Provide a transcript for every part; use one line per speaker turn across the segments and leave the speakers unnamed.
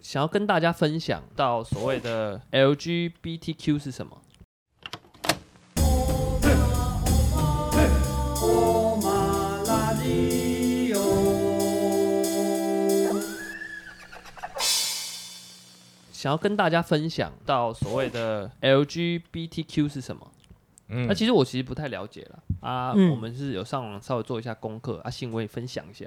想要跟大家分享到所谓的 LGBTQ 是什么。想要跟大家分享到所谓的 LGBTQ 是什么？
嗯
那、其实我其实不太了解了啊，
嗯
我们是有上网稍微做一下功课啊，信我也分享一下。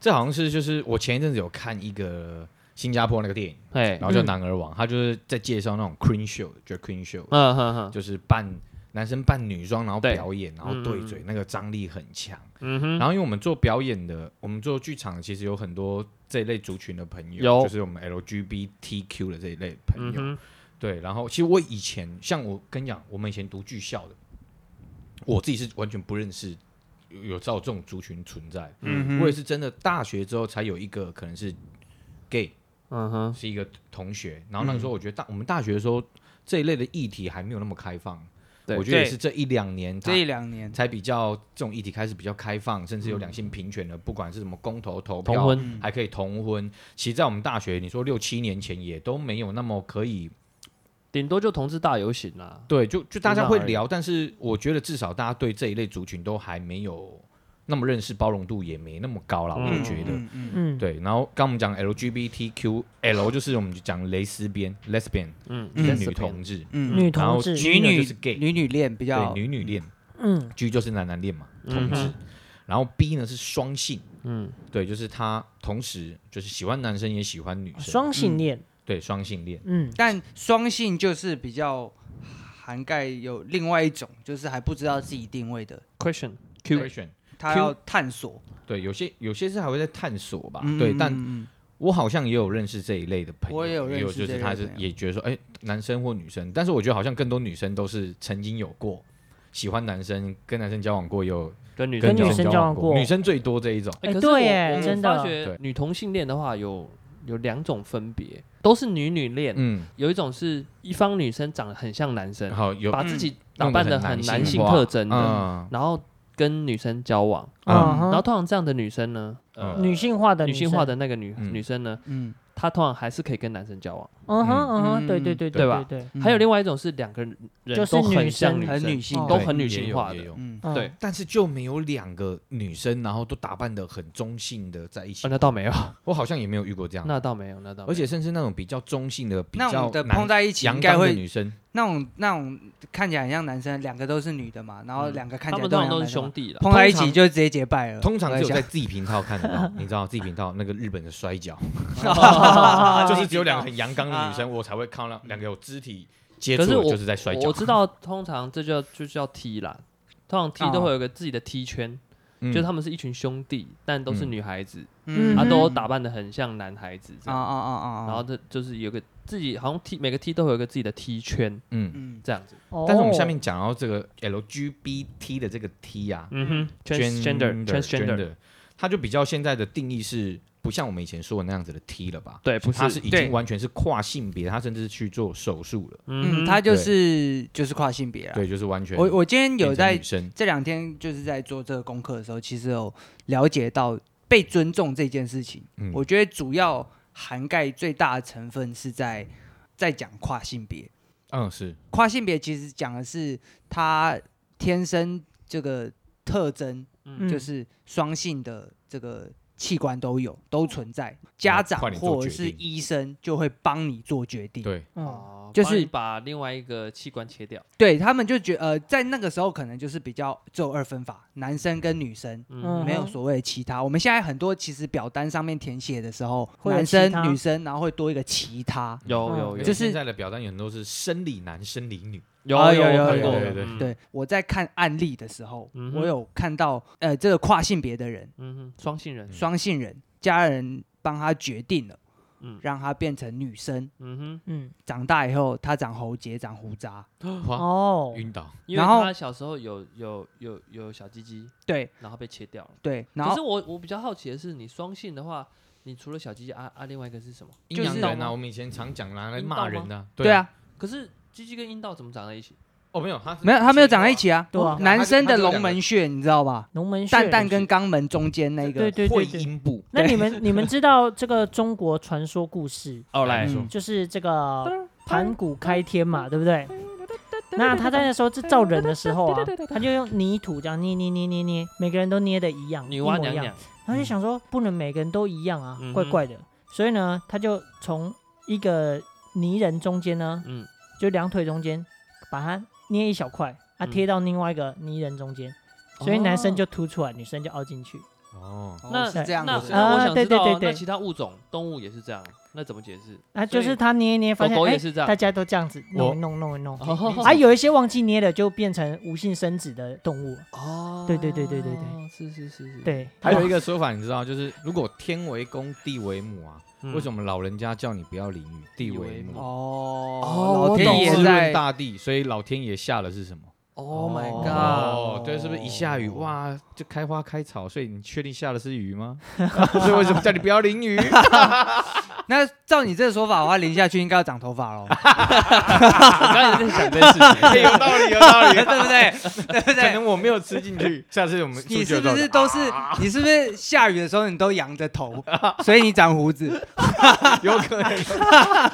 这好像是就是我前一阵子有看一个新加坡那个电影，
哎
然，后叫《
嗯
男儿王》，他就是在介绍那种 queen show，就 queen show，
嗯哼哼，
就是扮男生扮女装，然后
对
表演，然后对嘴，那个张力很强。
嗯哼，
然后因为我们做表演的，我们做剧场，其实有很多这一类族群的朋友，
有
就是我们 LGBTQ 的这一类朋
嗯
友。
哼，
对，然后其实我以前像我跟你讲，我们以前读剧校的，我自己是完全不认识有有照这种族群存在。
嗯
我
哼，
也是真的大学之后才有一个可能是 gay
嗯哼，
是一个同学，然后那个
嗯
时候我觉得大、我们大学的时候这一类的议题还没有那么开放，
对
我觉得也
对
是这一两年才
这一两年，
才比较这种议题开始比较开放，甚至有两性平权的，不管是什么公投投
嗯同
票，
婚，
嗯
还可以同婚。其实，在我们大学，你说六七年前也都没有那么可以，
顶多就同志大游行啦。
对，就就大
知
家
道
会
而已
聊，但是我觉得至少大家对这一类族群都还没有那么认识，包容度也没那么高啦。
嗯
我觉得。
嗯嗯
嗯，
对，然后刚我们讲 LGBTQ，L 就是我们讲蕾丝边 （lesbian）
嗯，
就是
嗯
女同志，
嗯，
女
然
同
后
志，
G 呢就是 gay，
女女恋比
对
较，
女女恋
嗯，
，G 就是男男恋嘛，同
嗯
志
哼。
然后 B 呢是双性，
嗯，
对，就是他同时就是喜欢男生也喜欢女生，
哦双性恋，
对双性恋，
嗯，
但双性就是比较涵盖有另外一种，就是还不知道自己定位的，
question
对
Q，
他
Q
要探索
对，有些有些是还会在探索吧，
嗯
啊对，
嗯
但
嗯
我好像也有认识这一类的朋友，
我也有认识这
就是
类的
他是
朋友
也觉得说，哎，男生或女生，但是我觉得好像更多女生都是曾经有过喜欢男生，跟男生交往过，也有
跟女
跟
生
女
交
生
往
交
往
往
过，
过
女生最多这一种，
哎
哎
可是
对
我
耶
我
真
发
的
觉
对
女同性恋的话有有两种分别，都是女女恋，
嗯，
有一种是一方女生长得很像男生，
好有
把自己打扮的很男性
化
特征的，
嗯
然后跟女生交往，
嗯
然后通常这样的女生呢，呃，
女性化的
女性化的那个女
嗯
女生呢，
嗯
她通常还是可以跟男生交往。
嗯哼嗯
嗯
哼，对对对
对吧
对，
嗯，
还有另外一种是两个人
就是
都很
女
像
生
女
很
生
女，性
哦
都
对
很女
也
性
有
化
也
的，
有
嗯
嗯
对，
但是就没有两个女生，然后都打扮的很中性的在一起
啊，。那倒没有，
我好像也没有遇过这样，
那倒没有，那倒没有，
而且甚至那种比较中性的、比
那
较
种的
男
碰在一起应
阳
该
刚的
会
女生，
那种那种看起来很像男生，两个都是女的嘛，然后两个看
他
嗯
起来
们
都
通常
很
都是
像男生
兄
嘛，
弟了。
碰在一起就直接结拜了。
通常只
我
有 在
在
自己频道看得到。你知道自己频道那个日本的摔跤，
想
就是只有两个很阳刚的女生，我才会看到两个有肢体接触
可是
的，
我
就是在摔
我
跤。
知道，通常这叫就叫 T 啦，通常 T
啊
都会有个自己的 T 圈，
嗯
就是他们是一群兄弟，但都是女孩子，
嗯
啊，
嗯
都打扮的很像男孩子这
啊
样，
啊啊啊啊，
然后这就是有个自己好像 T 每个 T 都会有个自己的 T 圈
嗯，
嗯
这样子，
但
但是我们下面讲到这个 LGBT 的这个 T 啊
嗯哼
gender-
，transgender，transgender，
gender，它就比较现在的定义是不像我们以前说的那样子的 T 了吧？
对，不是
它，是已
对
经完全是跨性别，它甚至是去做手术了。
嗯，
嗯哼，
他就是就是跨性别了。
对，就是完全
我我今天
变
有
成
在
女生，
这两天就是在做这个功课的时候，其实有了解到被尊重这件事情。
嗯
我觉得主要涵盖最大的成分是在在讲跨性别。
嗯是
跨性别其实讲的是他天生这个特征，
嗯
就是双性的这个器官都有，都存在。家长
哦快点做
或者
决
是
定
医生就会帮你做决定。
对，
嗯
哦
就
帮
是
你把另外一个器官切掉，
对他们就觉呃，在那个时候可能就是比较只有二分法，男生跟女生。
嗯
嗯
没有
哼
所谓的其他，我们现在很多其实表单上面填写的时候，
会有
男
其
生
他、
女生，然后会多一个其他，
有
嗯
有有，
就是
现在的表单有很多是生理男、生理女，
有
啊有
有
有
看
有
过
有对对
嗯
对，我在看案例的时候，
嗯哼
我有看到呃这个跨性别的人，
嗯哼，双性人，
双性人，家人帮他决定了，
嗯
让他变成女生，
嗯哼，
嗯
长大以后他长喉结、长胡渣，
哇，
哦，
晕倒，
因为
然后
他小时候有有有有小鸡鸡，
对
然后被切掉了。
对，然
可是
后
我我比较好奇的是，你双性的话，你除了小鸡鸡啊啊，另外一个是什么？
阴阳
就是
人啊，我们以前常讲拿来
阴道
骂
吗
人的，
对
啊，
啊，
可是鸡鸡跟阴道怎么长在一起？
哦，没有，他是
没有，他没有长在一起啊。
对啊
男生的龙门穴你知道吧？
龙门穴
蛋蛋跟肛门中间那个，
对对
会
对对。
阴部
那你们你们知道这个中国传说故事，
哦，来
哎
嗯，
就是这个盘古开天嘛，对不对？那他在那时候制造人的时候啊，他就用泥土这样捏捏捏捏捏，每个人都捏的一样，
女娲
一模
娘
一样。
娘，
他就想说，不能每个人都一样啊
嗯，哼
怪怪的。所以呢，他就从一个泥人中间呢，
嗯
就两腿中间，把它捏一小块，啊，
嗯
贴到另外一个泥人中间，所以男生就凸出来，女生就凹进去。
哦，
哦
那
是这样
那
子。
那我
啊
想
对
知道啊，
对对
那
对
其他物种动物也是这样，那怎么解释？
啊，
所
就
以
是他捏一捏，发
狗
现
狗
哎
也，是这样
大。家都这样子
我
弄一弄弄一弄。
哦
啊，有一些忘记捏了，就变成无性生殖的动物。
哦
对对对对对对，
是是是是，
对，
还有一个说法你知道，就是如果天为公，地为母啊，
嗯
为什么老人家叫你不要淋雨，地为母？
哦，老
我懂
天
天
爷
滋润
在
大地，所以老天爷下了是什么？
，Oh my
哦
god！
哦，对，是不是一下雨哇就开花开草？所以你确定下的是雨 吗？所以为什么叫你不要淋 雨？
那照你这个说法的话，淋下去应该要长头发喽，
我刚哎才在想这件事情， 哎
有道理，有道理
对。不对？对不
可
对？
能我没有吃进去，下次我 们
你
出去
是
的时啊
不
候
是都是？你是不是下雨的时候你都仰着头，所以你长胡 子？
有可能？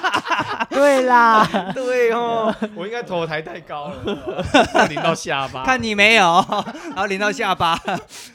对啦，
对哦， 我应该头抬太高 了，淋到下巴。
看你没有，然后淋到下 巴，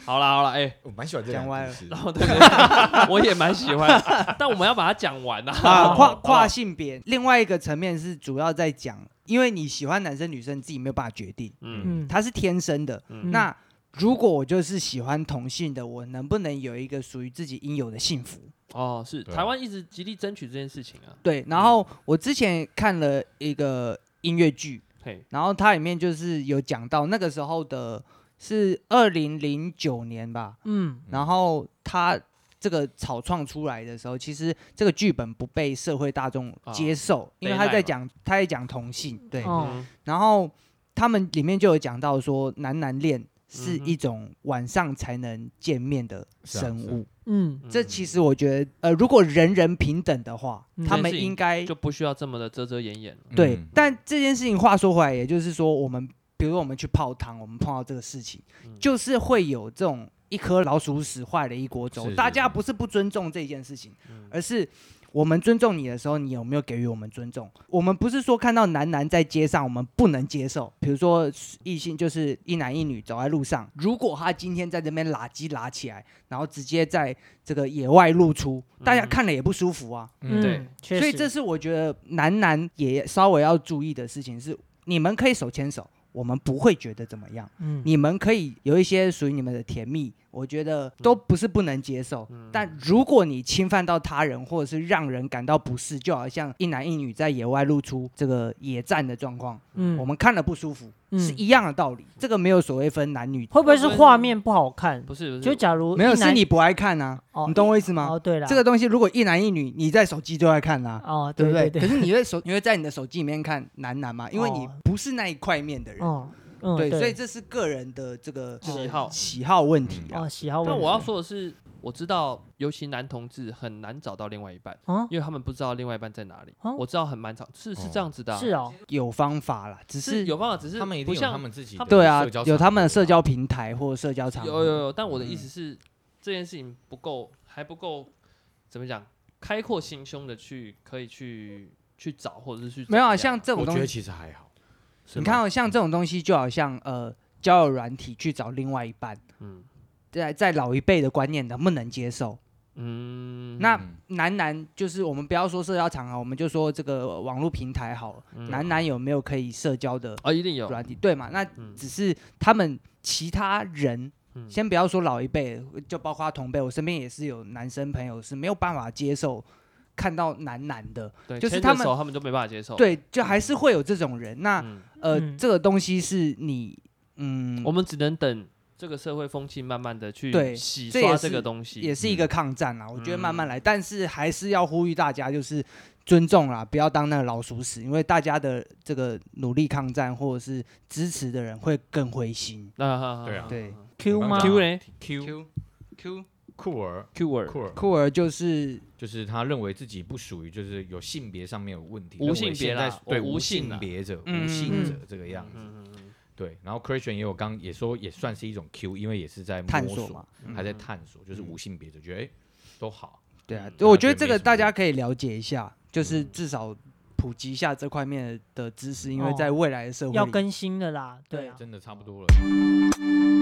好啦好啦， 哎，
我蛮喜欢这
讲
两个
歪
故
了
事
然后对对对，我也蛮喜欢，但我们要把它讲完啊，
啊，跨跨
好
性别。另外一个层面是主要在讲，因为你喜欢男生女生你自己没有办法决定，
嗯
嗯，
他是天生的。
嗯
那如果我就是喜欢同性的，我能不能有一个属于自己应有的幸福？
哦，是
对啊
台湾一直极力争取这件事情啊，
对。然后我之前看了一个音乐剧，
嘿，
然后它里面就是有讲到那个时候的是二零零九年吧，
嗯，
嗯
然后他这个草创出来的时候，其实这个剧本不被社会大众接受，因为他在讲他在讲同性，对，
哦
嗯
然后他们里面就有讲到说，男男恋是
嗯哼
一种晚上才能见面的
是啊
生
是啊
物，
嗯，
嗯
这其实我觉得，呃，如果人人平等的话，
嗯
他们应该
就不需要这么的遮遮掩掩了。
对，
嗯
但这件事情话说回来，也就是说，我们比如说我们去泡汤，我们碰到这个事情，
嗯
就是会有这种一颗老鼠屎坏了一锅粥。
是是
大家不是不尊重这件事情，
嗯
而是我们尊重你的时候，你有没有给予我们尊重？我们不是说看到男男在街上我们不能接受，比如说异性就是一男一女走在路上，如果他今天在这边拉鸡拉起来，然后直接在这个野外露出，大家
嗯
看了也不舒服啊。
嗯
对
嗯，确实，
所以这是我觉得男男也稍微要注意的事情是，你们可以手牵手，我们不会觉得怎么样，
嗯，
你们可以有一些属于你们的甜蜜，我觉得都
嗯
不是不能接受。但如果你侵犯到他人，或者是让人感到不适，就好像一男一女在野外露出这个野战的状况，
嗯
我们看了不舒服，
嗯
是一样的道理。这个没有所谓分男女，
会不会是画面不好看？
不是不是，
就假如
没有
一男
是你不爱看啊，
哦
你懂我意思吗？
哦，对了，
这个东西如果一男一女，你在手机都在看啊啦、
哦，
对不
对
对？
对
可，是你会手，你会在你的手机里面看男男嘛？因为你
哦
不是那一块面的人，
哦，嗯，
对，
对，
所以这是个人的这个
喜
呃
好
喜好问题啊。
哦，喜好问
但
题。
我要说的是，我知道，尤其男同志很难找到另外一半，
啊，
因为他们不知道另外一半在哪里。
哦
我知道很蛮常是是
哦
这样子的啊、
是哦，
有方法啦，只
是
是
有办法，只是
他们一
不
定有他
像
们自己
他
的
们
对啊
社交，
有
场
他们的
合
社
啊
交平台或社交场合
有有有，但我的意
嗯
思是、这件事情不够，还不够怎么讲？开阔心胸的去可以去去找，或者是去怎
没有
么
啊？
样
像这种
我
东
觉得
西，
其实还好。
是
你
吗
看、哦，像这种东西就好像呃，交友软体去找另外一半，
嗯
在在老一辈的观念能不能接受？
嗯，
那男男就是我们不要说社交场合，我们就说这个网络平台好了，
嗯
男男有没有可以社交的
啊一定有，
软体，对嘛？那
嗯
只是他们其他人，
嗯
先不要说老一辈，就包括同辈，我身边也是有男生朋友是没有办法接受看到男男的，
对，
就是
牵
他
着
们
手他们都没办法接受。，
对，就还是会有这种人。那、
嗯，
呃，
嗯
这个东西是你，嗯，
我们只能等这个社会风气慢慢的
对
去洗
这也
刷
是
这个东西。
也是一个抗战啊啦，我觉得
嗯
慢慢来，但是还是要呼吁大家就是。尊重啦，不要当那个老鼠屎，因为大家的这个努力抗战或者是支持的人会更灰心。
那
对啊
对
嗯
，Q
我刚
吗
刚
Q 呢？
Q
Q Q
酷儿，
Q 儿
酷儿
酷儿就是
就是他认为自己不属于，就是有性别上面有问题，
无性别啦
认为现在对
无
无
性
性
啦
别者、
嗯
无性者这个样子。
嗯嗯嗯，
对，然后 Christian 也有刚也说也算是一种 Q，因为也是在摸
探索
索，
嘛。
嗯
还在探索，就是无性别者，觉得哎都好。
对啊
嗯，
我
那
觉得
就
这
没
个
什么嗯
大
问
家
题
可以了解一下，就是至少普及一下这块面的知识，因为
哦
在未来的社会
要
里
更新的啦，对啊，
真的差不多了。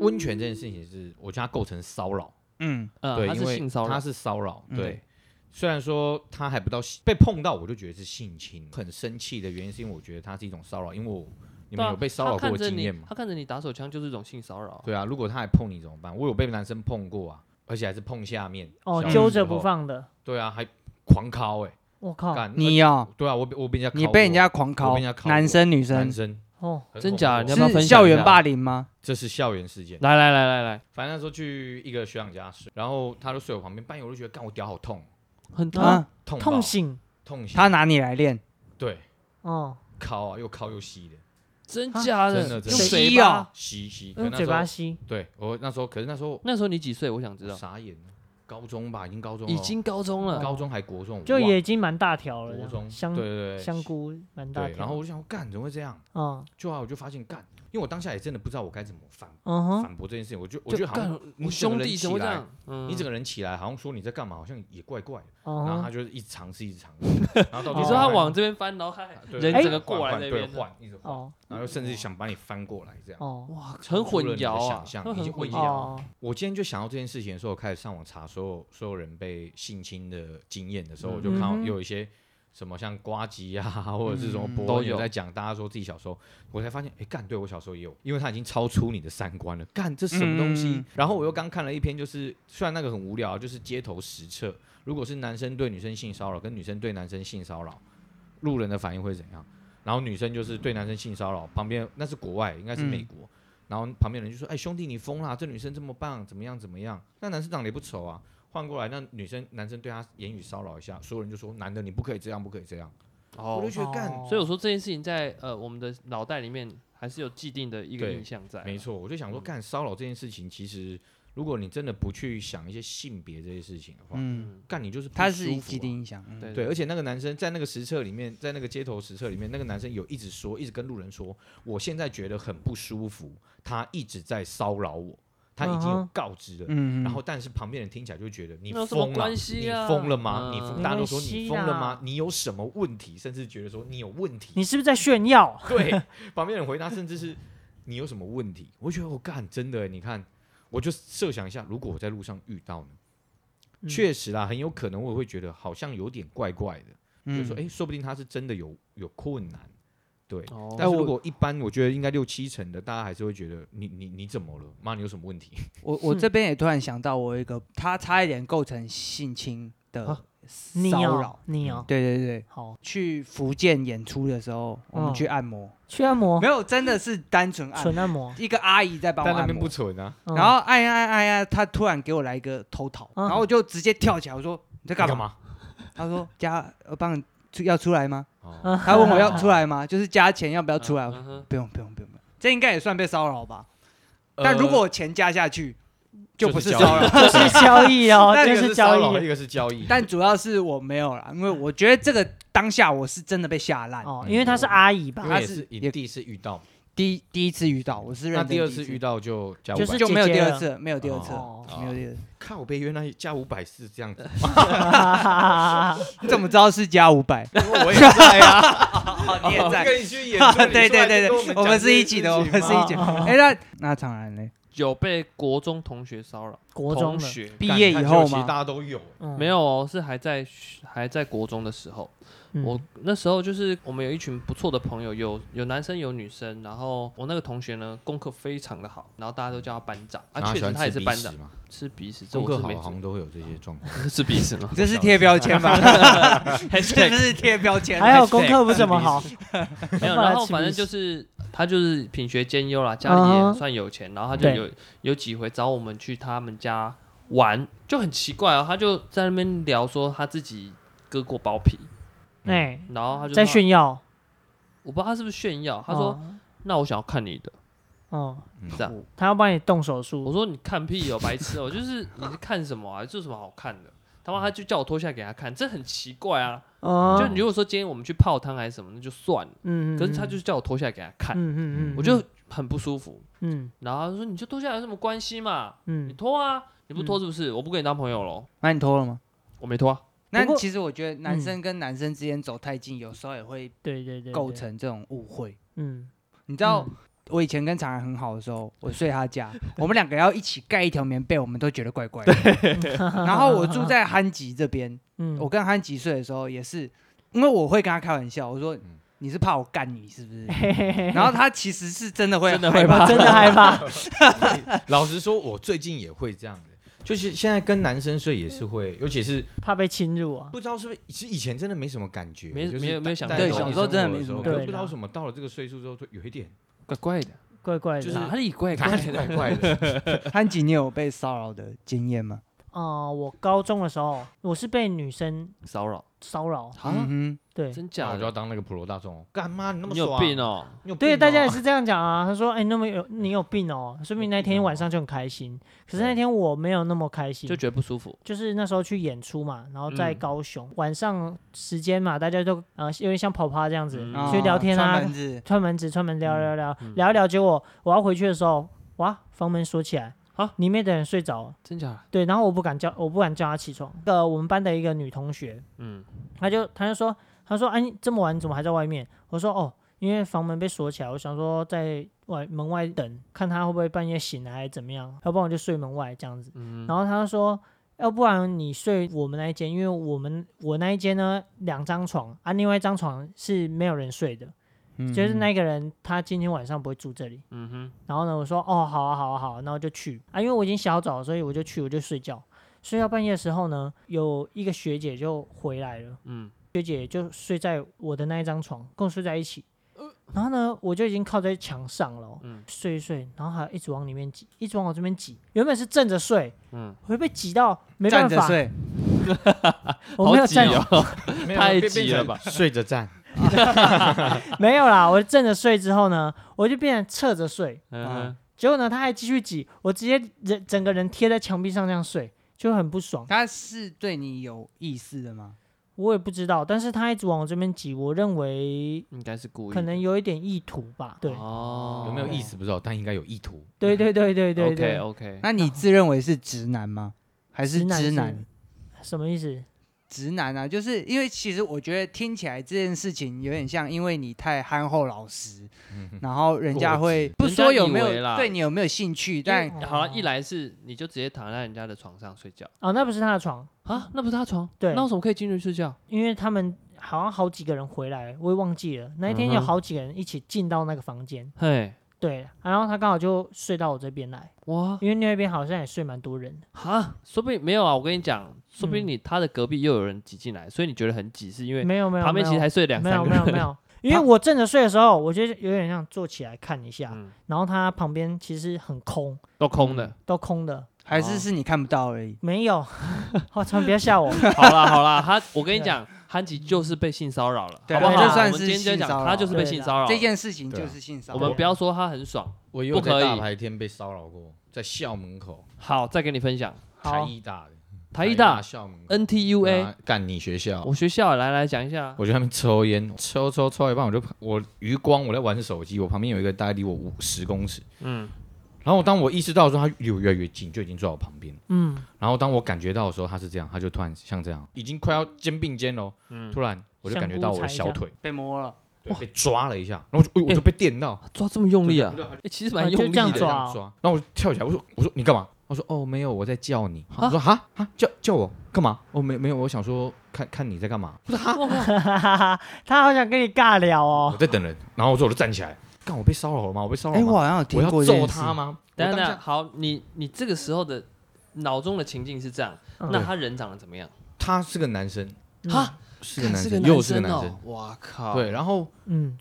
温泉这件事情是，我觉得它构成骚扰，
嗯
呃，
对，
他
因
是
为
性骚
它
扰，
是骚扰，
嗯
对。虽然说他还不到性被碰到，我就觉得是性侵，很生气的原因是因为我觉得它是一种骚扰，因为我
对
你们
啊
有被骚扰
他看
过的
着
经验
你，
吗？
他看着你打手枪就是一种性骚扰啊，
对啊，如果他还碰你怎么办？我有被男生碰过啊，而且还是碰下面，
哦，
小
揪
时
着不
候。
放的，
对啊，还狂敲哎、
我靠，
干
你哦，
对啊，我被我被人家
你
敲
被人
过
家狂
我
敲
被人家，拷
男
过
生女
男
生
生，
哦，
很
真
恐
假
怖
你要不要分
是
享
校
一
园
下
霸凌吗？
这是校园事件。
来来来来来，
反正那时候去一个学长家睡，然后他就睡我旁边，半夜我就觉得干我屌好痛，
很痛，
啊，
痛爆
痛醒，
痛醒，
他拿你来练，
对
哦，
敲啊又敲又吸的，
真
啊
假
真的
的，
真
用
的
嘴
吸啊
巴。
吸吸，可能那
用嗯嘴
时
巴
候
吸，
对我那时候可是那时候
那时候你几岁？我想知道，
傻眼了，高中吧，已经高中了
已
哦，
经高中了，
高中还国中，我
嗯就
忘
也
了
已经蛮大条
国
了这样，
中，
香
对对对，
香菇蛮大
对，
条，
然后我就想，干怎么会这样？
哦，
就啊，我就发现干，因为我当下也真的不知道我该怎么反
嗯哼，
反驳这件事情，我就我
就
觉得好像
干
你
我
整个
兄
人
弟
起
怎么会这
来
样？嗯
你整个人起来，好像说你在干嘛，好像也怪怪的。然后
哦
他，就是一直尝试，一直尝 试，然后到最
哦
后
你说他
发现
往这边翻，然后他还
对
人
对
整个
换
过来
换
那
对
边的
换一直换，
哦，
然后甚至想把你翻过来这样。
哦，
哇，很混淆啊，
超出了你的想象
会
已
很
经
混
混
淆。
哦，
我今天就想到这件事情的时候，我开始上网查所有所有人被性侵的经验的时候，
嗯
我就看到
嗯哼
有一些什么像瓜吉啊，或者是什么
嗯
博
都有
有在讲，大家说自己小时候，我才发现，哎，干，对我小时候也有，因为他已经超出你的三观了，干这什么东西？
嗯
然后我又刚看了一篇，就是虽然那个很无聊，啊就是街头实测，如果是男生对女生性骚扰，跟女生对男生性骚扰，路人的反应会怎样？然后女生就是对男生性骚扰，旁边那是国外，应该是美
嗯
国。然后旁边人就说：“哎，兄弟，你疯啦！这女生这么棒，怎么样怎么样？那男生长得也不丑啊。”换过来，那女生男生对她言语骚扰一下，所有人就说：“男的你不可以这样，不可以这样。我
哦
就，觉得干，
所以我说这件事情在呃我们的脑袋里面还是有既定的一个
对
印象在。
没，错，我就想说，干骚扰这件事情，其实如果你真的不去想一些性别这些事情的话，
嗯，
嗯，
干你就是不
他
舒
是一
服
既
啊
定印象，嗯
对
对，而且那个男生在那个实测里面，在那个街头实测里面，那个男生有一直说，一直跟路人说，我现在觉得很不舒服，他一直在骚扰我，他已经
嗯
有
哼
告知了。
嗯，
然后，但是旁边人听起来就觉得你
那有什么
疯了，
关系啊
你疯了吗？
嗯
你
没
疯，大家都说
关系
你疯了
啦
吗？你有什么问题？甚至觉得说你有问题。
你是不是在炫耀？
对，旁边人回答甚至是你有什么问题？我就觉得我干，真的耶，欸你看，我就设想一下，如果我在路上遇到呢，
嗯
确实啦，很有可能我也会觉得好像有点怪怪的。就
嗯
说，哎、诶说不定他是真的有有困难，对。
哦，
但是
我
如果一般，我觉得应该六七成的，大家还是会觉得你你你怎么了？妈，你有什么问题？
我我这边也突然想到，我有一个他差一点构成性侵的
啊
你
骚
哦
扰，，
你
嗯
哦，
对对对，
好，
去福建演出的时候，我
嗯
们去按摩，
去按摩
没，有，真的是单纯按摩，
哦纯按摩，
一个阿姨在帮我
但那
按
边不
摩，
蠢啊，
嗯
然后哎按一按按一按，她突然给我来一个偷桃，
嗯
然后我就直接跳起来，我说你在
你
干
干
嘛？
嘛？
她说加，我帮你出要出来吗？
哦，
嗯
她问我要出来 吗？就是加钱要不要出来？我说
嗯哼
不用不用不用不用，这应该也算被骚扰吧？但如果我钱加下去，呃就不是
就
骚
是交 易
扰。
这是交易 哦，
呃一个是骚扰，
这交易
一个是交易，
但主要是我没有啦，因为我觉得这个当下我是真的被吓烂。
哦，因为
嗯
她是阿姨吧
因，为也
他
是
是
你
也
第一次遇到，
第一第一次遇到，我是认
那
真
第二
一
次遇到就加五
就是
百，
就没有
姐
第
姐
二
了
次，没有第二次，
哦
没有第二次。
靠背原来加五百是这样子，
你怎么知道是加五百？
因为我也在啊，
哦，你
我跟你去演出，你出 来
对对对
就跟
对，
我
我们
们讲这
是一
件
起的，我
事情啊
们是一
嘛
起的。
哦
哎，那那当 然嘞，
有被国中同学骚扰，
国中
同
的，
学
毕
干
业
看
以
就
后
其实大
嘛，
家都有，
嗯
没有哦，是还在还在国中的时候。
嗯
我那时候就是我们有一群不错的朋友，有有男生有女生，然后我那个同学呢功课非常的好，然后大家都叫他班长啊，确实他也是班长，
嘛，
吃鼻屎，这
功
我
课
是
好
没
好像都会有这些状况。
吃鼻屎吗？
这是贴标签 吧？是不是贴标签？
还好功课不怎么好，
没有，
后来
然后
吃
反
鼻
正就
屎
是他就是品学兼优啦，家里
嗯
也
哼
算有钱，然后他就
对
有有几回找我们去他们家玩，就很奇怪啊，他就在那边聊说他自己割过包皮，
哎，
然后嗯他就
在
说，
炫耀。
我不知道他是不是炫耀，他说、
哦
那我想要看你的，
哦，
这样，
他要帮你动手
我
术，
说你看屁哦，白痴哦，就是你是看什么啊，这有什么好看的？他妈他就叫我脱下来给他看，这很奇怪啊！
哦
就你如果说今天我们去泡汤还是什么，那就算了，
嗯，嗯
可是他
嗯
就是叫我脱下来给他看，
嗯嗯嗯，
我就很不舒服。
嗯
然后他说你就脱下来有什么关系嘛？你
嗯，
脱啊，你不脱是不是？我不跟你当朋友喽。
那你脱了吗？
我没脱、啊，
那
不过
其实我觉得男生跟男生之间走太近，有时候也会
对对对，
构
对，
成这种误会。
嗯，
你知道
嗯，
我以前跟常然很好的时候，我睡他家，我们两个要一起盖一条棉被，我们都觉得怪怪的。 然后我住在憨吉这边，
嗯，
我跟憨吉睡的时候也是，因为我会跟他开玩笑，我说
嗯
你是怕我干你是不 是？
嘿嘿嘿
然后他其实是真的会
真的
害
会
怕
怕
真的害怕，
老实说，我最近也会这样的，就是现在跟男生睡也是会，尤其是
怕被侵入啊。
不知道是不是，其实以前真的没什么感觉，
没
就是
没有没有想
带
对
带
小时候真的没什么
带
感觉
不知道为什么到了这个岁数之后，就有一点
怪怪的，
怪怪的，
就是
啊
哪里怪怪
哪里怪
的？
怪的。
憨吉，你有被骚扰的经验吗？
哦、我高中的时候，我是被女生
骚扰
骚扰，
啊？
嗯
对
真
那
假
我就
的？
要当那个普罗大众，哦干嘛你那么
你有
爽啊
病？哦！
你有病
对，
哦
大家也是这样讲啊。 他说：“哎、那么有你有病哦，说明那天晚上就很开
嗯
心。”可是那天我没有那么开心，
就觉得不舒服，
就是那时候去演出嘛，然后在
嗯
高雄、晚上时间嘛，大家都呃有点像跑趴这样子，
嗯
哼，
去聊天啊
串门子
串门子串门聊聊聊、
嗯
聊一聊。结果我要回去的时候，哇，房门锁起来，
啊
里面的人睡着了。
真假的？
对，然后我不敢叫，我不敢叫他起床。呃，我们班的一个女同学，
嗯，
他就他就说，他说，哎、你这么晚你怎么还在外面？我说，哦，因为房门被锁起来，我想说在外门外等，看他会不会半夜醒来还是怎么样，要不然我就睡门外这样子。
嗯
然后他就说，要不然你睡我们那一间，因为我们我那一间呢两张床啊，另外一张床是没有人睡的，嗯
嗯
就是那个人他今天晚上不会住这里。
嗯哼，
然后呢，我说哦，好啊，好啊，好啊，那我就去啊，因为我已经小早，所以我就去，我就睡觉。睡到半夜的时候呢，有一个学姐就回来了，
嗯，
学姐就睡在我的那一张床，跟我睡在一起。然后呢，我就已经靠在墙上了哦，
嗯
睡一睡，然后还一直往里面挤，一直往我这边挤。原本是正着睡，
嗯，
会被挤到没办
站着
法，
睡，
我没有
好挤
站，
哦，
没有
太
变变
急了
成
吧
睡着站，
哦
没有啦，我正着睡之后呢，我就变成侧着睡。
嗯哼
结果呢，他还继续挤，我直接人整个人贴在墙壁上这样睡，就很不爽。
他是对你有意思的吗？
我也不知道，但是他一直往我这边挤，我认为
应该是故意的，
可能有一点意图吧。对，
哦，
有没有意思不知道，但应该有意图。
对对对对对
？OK
对，
OK，
那你自认为是直男吗？还是
直男
直
是
男？
什么意思？
直男啊，就是因为其实我觉得听起来这件事情有点像，因为你太憨厚老实，
嗯哼
然后人家会
过
不
直
说有没有
人家以为啦
对你有没有兴趣，但
因为
好了，一来是你就直接躺在人家的床上睡觉
哦，那不是他的床，
啊，那不是他床，
对
那为什么可以进去睡觉？
因为他们好像好几个人回来，我也忘记了。那一天
嗯哼
有好几个人一起进到那个房间，
嘿，
对，然后他刚好就睡到我这边来，
哇，
因为那边好像也睡蛮多人的。
哈，说不定没有啊，我跟你讲，说不定
嗯
你他的隔壁又有人挤进来，所以你觉得很挤，是因为
没有没有，
旁边
没
其实
有
还睡两
没
三
有
个
没有
人。
没有，因为我正着睡的时候，我就有点像坐起来看一下，
嗯，
然后他旁边其实很空，
都空的。
都空的，
还是是你看不到而已。
没有。 我操，不要吓我。
好啦好啦，他我跟你讲，憨吉就是被性骚扰了，
对
好不好？
啊对啦
我们
这算是
今天就
性骚
讲
扰
他就是被性骚扰
这
了。
件事情就是性
哦
骚
啊我
扰，
们不要说他很爽。
我也有
不可
在
以
大白天被骚扰过，在校门口，
好，再给你分享
台
好，
艺大的，
台艺
大
大
校门口
NTUA，
啊干你学校。
我学校来来讲一下。
我就在那边抽烟，抽抽抽到一半，我就我余光我在玩手机，我旁边有一个大概离我五十公尺，
嗯
然后当我意识到的时候，他离我越来越近，就已经坐在我旁边了。
嗯，
然后当我感觉到的时候，他是这样，他就突然像这样，已经快要肩并肩喽。
嗯，
突然我就感觉到我的小腿
被摸了。
对被抓了一下，然后我就、哎呦我就被电到，
抓这么用力啊？欸其实蛮
啊就
用力
这样
的
这
抓。
样抓，然后我就跳起来，我说我说你干嘛？他说哦没有，我在叫你。
啊
我说哈哈叫叫我干嘛？哦没没有，我想说看看你在干嘛？
他好想跟你尬聊
我
哦。
在等人。然后我说我就站起来，干我被骚扰了吗？我被骚
啊
扰
哎，
了
我
吗？
好像有
我
听
要
过这
揍
件事
他吗？
等一下
我
等
当
一
下
下，好，你你这个时候的脑中的情境是这样，
嗯
那他人长得怎么样？
他是个男生，
嗯
哈，
是个男
看
生，又是个哦
男
男
生
生
哦，，哇靠！
对，，然后
嗯，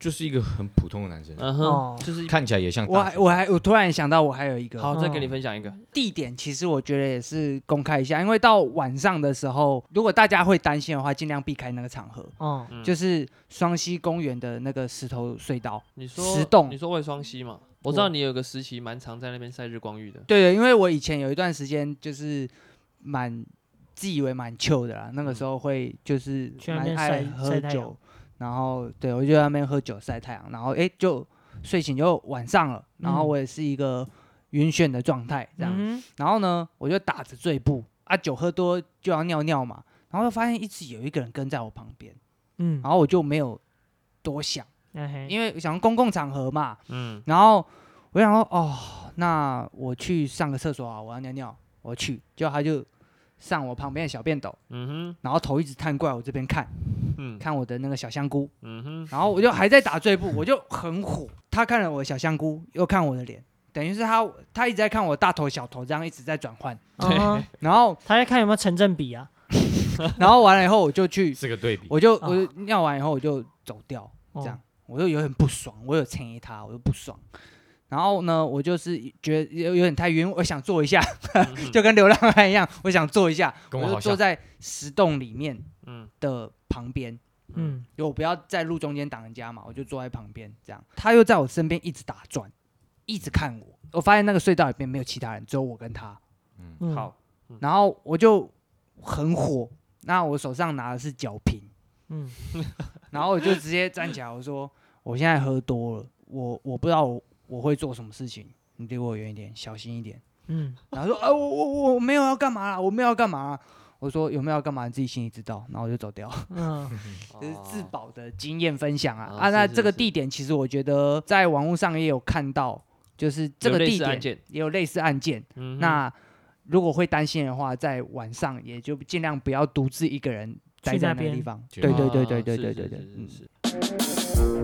就是一个很普通的男生，
嗯
哦
哼，就是
看起来也像
我
大
还
学
我还我突然想到，我还有一个
好，再给你分享一个，
地点，其实我觉得也是公开一下，因为到晚上的时候，如果大家会担心的话，尽量避开那个场合。
哦，
嗯
就是双溪公园的那个石头隧道，
你说
石洞
你说外双溪嘛？我知道你有个时期蛮常在那边晒日光浴的，
对对，因为我以前有一段时间就是蛮自以为蛮 chill 的啦，那个时候会就是
嗯去那
蛮
边
爱
晒
喝
晒太
酒
阳，
然后对我就在那边喝酒晒太阳，然后诶就睡醒就晚上了，然后
嗯
我也是一个晕眩的状态这样，
嗯哼
然后呢我就打着醉步啊，酒喝多就要尿尿嘛，然后就发现一直有一个人跟在我旁边，
嗯，
然后我就没有多想，
哎嘿，
哦因为我想公共场合嘛，
嗯，
然后我想说，哦，那我去上个厕所啊，我要尿尿，我去。结果他就上我旁边的小便斗，
嗯
然后头一直探过来我这边看，
哼，嗯
看我的那个小香菇，
嗯哼，
然后我就还在打醉步，我就很火。他看了我的小香菇，又看我的脸，等于是他他一直在看我大头小头，这样一直在转换。
嗯哼
然后
他在看有没有成正比啊，
然后完了以后，我就去，
是个对比。
哎我就我就尿完以后我就走掉。
哦
这样，我就有点不爽，我有歉意他，我就不爽。然后呢，我就是觉得有有点太晕，我想坐一下，
嗯哼
就跟流浪汉一样，我想坐一下，
跟
我
我
就
好
坐
像
在石洞里面
嗯
的旁边，
嗯，
因为我不要在路中间挡人家嘛，我就坐在旁边这样。他又在我身边一直打转，一直看我。我发现那个隧道里面没有其他人，只有我跟他。
嗯，
好，
然后我就很火，那我手上拿的是酒瓶，
嗯，
然后我就直接站起来，我说我现在喝多了，我我不知道我我会做什么事情，你离我远一点，小心一点。
嗯，
然后说啊、我我我没有要干嘛啦，我没有要干嘛啦。我说有没有要干嘛，你自己心里知道。然后我就走掉，
嗯，
这是自
哦
保的经验分享啊、
哦
啊！那
是
这个
是
地点其实我觉得在网络上也有看到，就是这
有
个
类
地
似案
点
件
也有类似案件。
嗯哼
那如果会担心的话，在晚上也就尽量不要独自一个人待
去
在
那
那个地
边
方。
去
对
那
对对
啊
对对
是是
对对对，
是
嗯
是是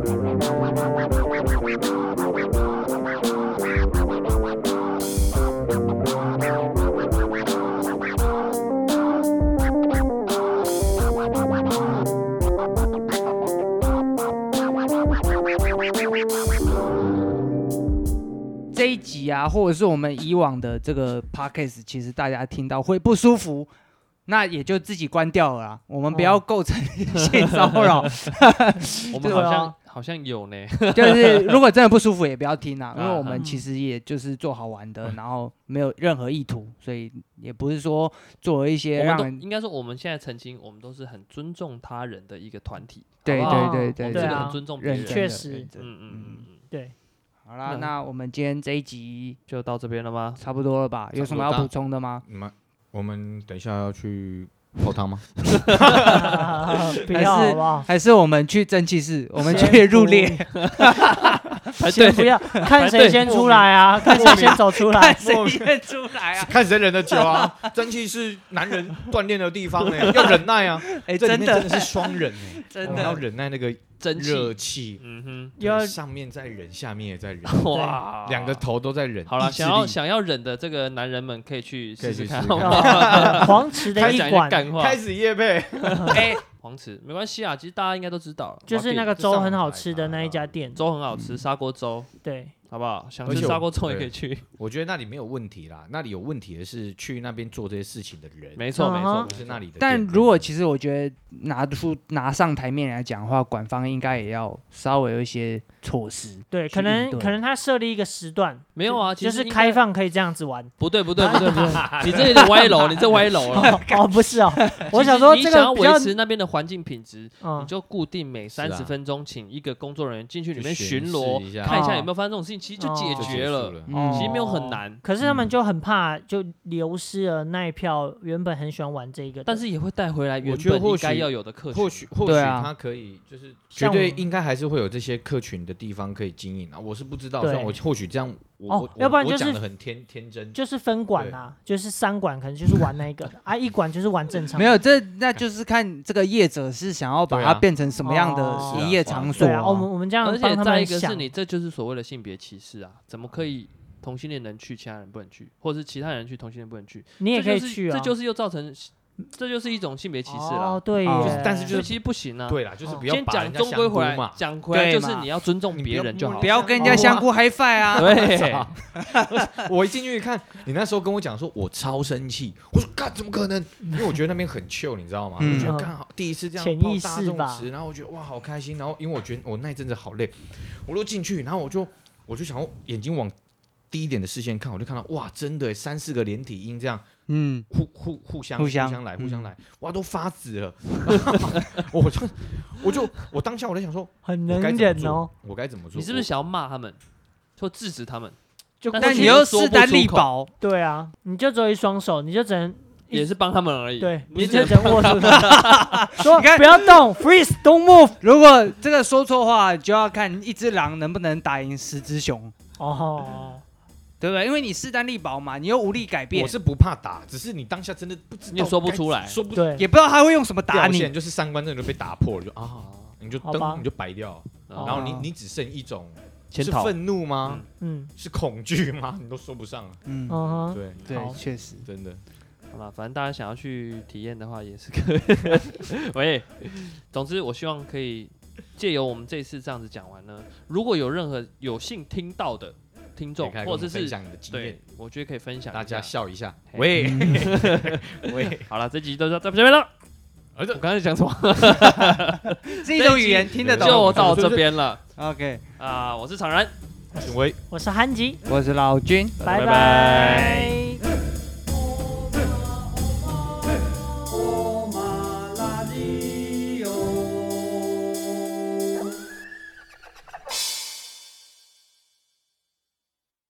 这一集啊，或者是我们以往的这个 podcast，其实大家听到会不舒服，那也就自己关掉了啦。我们不要
哦
构成性骚扰，
我
对
们好
啊
像好像有呢，
就是如果真的不舒服也不要听啦，因为我们
嗯
其实也就是做好玩的，然后没有任何意图，所以也不是说做了一些
我们
让
都
人
应该说我们现在澄清，我们都是很尊重他人的一个团体，
对
好不好
哦
对对
我
对
们
对
这个
啊
很尊重别
认真
人，
的
确实
认真
嗯嗯嗯嗯，
对，
好啦，
嗯
那我们今天这一集
就到这边了吗？
差不多了吧？有什么要补充的吗？
你们我们等一下要去泡汤吗？
不要好不好？
还是我们去蒸汽室， 我们
先
去入
不
列，
先不要，看谁先出来啊，看谁先走出来哦
看。谁先出来
哎
啊？
看谁忍得久啊！ 蒸汽是男人锻炼的地方呢、要忍耐啊！
哎，
这里
真
面
的
真的是双忍哎、
真
我们要
的，
忍耐那个
蒸
热
汽，
气，
嗯
又要
对上面在忍，下面也在忍，
哼，哇，
两个头都在忍。
好了，
意志
想要
力
想要忍的这个男人们可以去
可以
试试
去
看
试试，
好
看
不好
呃黄池的
开始
一
讲一些
馆
干话
开，始夜配，
哎，
黄池没关系啊，其实大家应该都知道了，
就是那个粥很好吃的那一家店。
粥很好吃，砂锅粥
对，
好不好？想
嗯而且
吃
我
砂锅粥也可以去，
我觉得那里没有问题啦，那里有问题的是去那边做这些事情的人，
没错没错
嗯哼
不，是那里的店。
但如果其实我觉得拿出拿上台面来讲的话，管方应该也要稍微有一些措施。
对，
去
可能
应对
可能他设立一个时段，
没有啊，其
就
实
是
应该
开放可以这样 子玩。
不对不对不对不 对，你这有点歪楼，你这歪楼了。
哦哦，不是哦，我
其实
想说
你
这
想要
个比较
维，持那边的环境品质，你
嗯，
就固定每
是啊
三十分钟请一个工作人员进去里
去
面
巡
巡
视
逻
一，下哦
看一下
哦
有没有发生这种事情，其实就解
就结
决
束
了，
嗯
其实没有
哦
很难，
可是他们
嗯
就很怕，就流失了那一票原本很喜欢玩这个的，
但是也会带回来原
我觉得
本应
或
该
许
要有的客群。
或许嗯或许
对啊
他可以就是绝
像我
对应该还是会有这些客群的地方可以经营啊，我是不知道，
对
像我或许这样我、
哦
我
要不然
我
就是
讲的很天天真，
就是分管啊，就是三管可能就是玩那一个 的啊，一管就是玩正常的。
没有，这那就是看这个业者是想要把
对
它
啊
变成什么样的
哦
营业场所
对啊，我们我们这样
而且
帮他
再
们
一个
想
是，你这就是所谓的性别歧视啊，怎么
嗯
可以同性恋能去，其他人不能去，或者是其他人去同性恋不能去？
你也
这
可以
就是
去啊，
这就是又造成这就是一种性别歧视啦。
哦，对耶
哦，
就是但是就
所以
是
其实不行啊。，
对啦，就是不要
先
把
讲
人家
终归
香菇
回来
嘛，。
讲回来就
对
是
嘛
你要尊重
你
别
不要
人就
摸
好
不。要跟人家香菇 high five 啊！
对，
我一进去一看，你那时候跟我讲说，我超生气。我说干，怎么可能？因为我觉得那边很 chill，你知道吗？
嗯
我觉得刚好第一次这样
潜
泡
意
大
识
众
吧
池，然后我觉得哇，好开心。然后因为我觉得我那一阵子好累，我都进去，然后我就我就想要眼睛往低一点的视线看，我就看到哇，真的三四个连体婴这样
嗯，
互互互相
互相
来
嗯
互相来，哇，都发紫了。 我就我就我当下我在想说，
很
我
能
该怎么
忍
做
哦。？
我该怎么做？
你是不是想要骂他们，或制止他们？
就
但
过
但
去
你又势单力薄，
对啊，你就只有一双手，你就只能
也是帮他们而已。
对，
不
你
是
就
只
只能握住它，说
你看
不要动，freeze，don't move。
如果这个说错话，就要看一只狼能不能打赢十只熊，
哦，
对不对？因为你势单力薄嘛，你又无力改变，
我是不怕打，只是你当下真的不知道，
你也说不出来
说不
对，
也不知道他会用什么打
表
你
现，。就是三观真的就被打破了，就啊，
啊，
你就
好吧
灯你就白掉，
然
然
后
后你
哦
你只剩一种
潜
是
逃。
愤怒吗？
嗯，
是恐惧吗？ 你都说不上，啊
嗯，
嗯哼，
对，
对
好，
确实。
真的
好吧，反正大家想要去体验的话也是可以。 喂，总之我希望可以借由我们这次这样子讲完呢，如果有任何有幸听到的听众
你看，跟
或
我
者
们分
是
享你的经验
对，，我觉得可以分享一
大家
下
笑一下，
嘿
喂喂，
好了，这集就到这边了。
儿
我
子
刚才讲什么？
这一种语言听得懂。
就到这边 了
OK，
啊！我是常然。
请问。
我是憨吉，
我是老君。
拜
拜拜